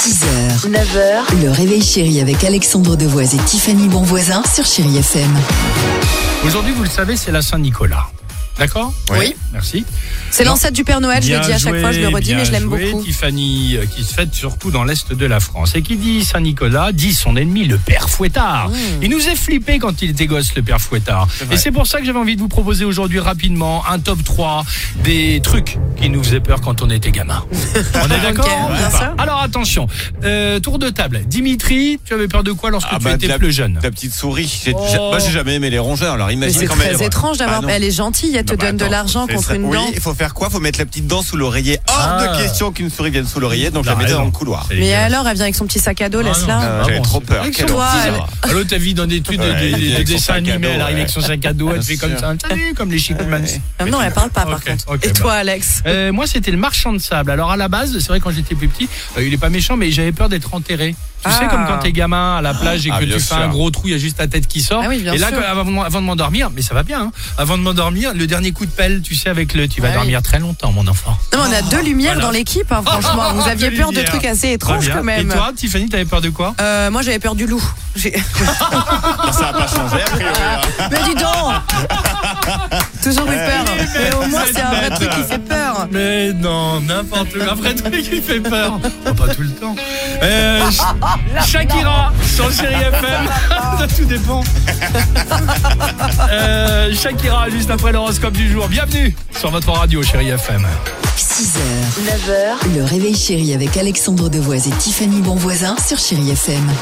6h, 9h, le réveil chéri avec Alexandre Devoise et Tiffany Bonvoisin sur Chéri FM. Aujourd'hui, vous le savez, c'est la Saint-Nicolas. D'accord Oui. Merci. C'est l'ancêtre du Père Noël, je Bien le dis à chaque joué, fois, je le redis, bien mais je l'aime joué, beaucoup. Tiffany, euh, qui se fête surtout dans l'Est de la France. Et qui dit Saint-Nicolas, dit son ennemi, le Père Fouettard. Mmh. Il nous est flippé quand il était gosse, le Père Fouettard. Et c'est pour ça que j'avais envie de vous proposer aujourd'hui rapidement un top 3 des trucs qui nous faisaient peur quand on était gamin. on est d'accord Ok, bien ou pas sûr. Alors attention, Euh, tour de table. Dimitri, tu avais peur de quoi lorsque Ah tu bah, étais de la- plus jeune de La petite souris. J'ai- Oh. j'ai- Moi, j'ai jamais aimé les rongeurs. Alors Mais imagine c'est quand très même. étrange d'avoir. Ah non. elle est gentille, elle te Non, bah, donne de attends, l'argent c'est contre très- une oui, dent. il faut faire quoi Faut mettre la petite dent sous l'oreiller. Hors Ah. de question qu'une souris vienne sous l'oreiller, donc je Ah, la mettais dans non. le couloir. C'est Mais dégueulasse. alors, elle vient avec son petit sac à dos, Ah non, laisse-la. Ah, Euh, J'avais bon, trop c'est peur. vrai que Quelle c'est horreur. toi, bizarre. Alors t'as vu dans des trucs de, Ouais, de- il vient de- de avec son dessins sac à dos, animés, elle arrive ouais. avec son sac à dos, elle Bien fait sûr. comme ça, salut, comme les Chipmans. Ah non, elle parle pas, par Ok, contre. ok, Et bah. toi, Alex Euh, moi, c'était le marchand de sable. Alors, à la base, c'est vrai, quand j'étais plus petit, euh, il est pas méchant, mais j'avais peur d'être enterré. Tu sais, Ah. comme quand t'es gamin à la plage et Ah, que tu bien fais sûr. un gros trou, il y a juste ta tête qui sort. Ah oui, bien et là, sûr. quand- avant, de m'en- avant de m'endormir, mais ça va bien, hein, avant de m'endormir, le dernier coup de pelle, tu sais, avec le tu vas Ah oui. dormir très longtemps, mon enfant. Non, mais on a deux lumières Oh, voilà. dans l'équipe, hein, franchement. Vous aviez Deux peur de lumières. trucs assez Très étranges bien. quand même. Et toi, Tiffany, t'avais peur de quoi Euh, Moi, j'avais peur du loup. J'ai- Ça a pas changé, a priori. hein. Mais dis donc Toujours eu peur. Eh Mais au moins, c'est un vrai bête. truc qui fait peur. Mais non, n'importe quoi. Après, truc qui fait peur. Oh, pas tout le temps. Euh, Sh- Shakira sur Chéri FM. Ça, tout dépend. Euh, Shakira, juste après l'horoscope du jour. Bienvenue sur votre radio, Chéri FM. 6h, 9h, le réveil chéri avec Alexandre Devoise et Tiffany Bonvoisin sur Chéri FM.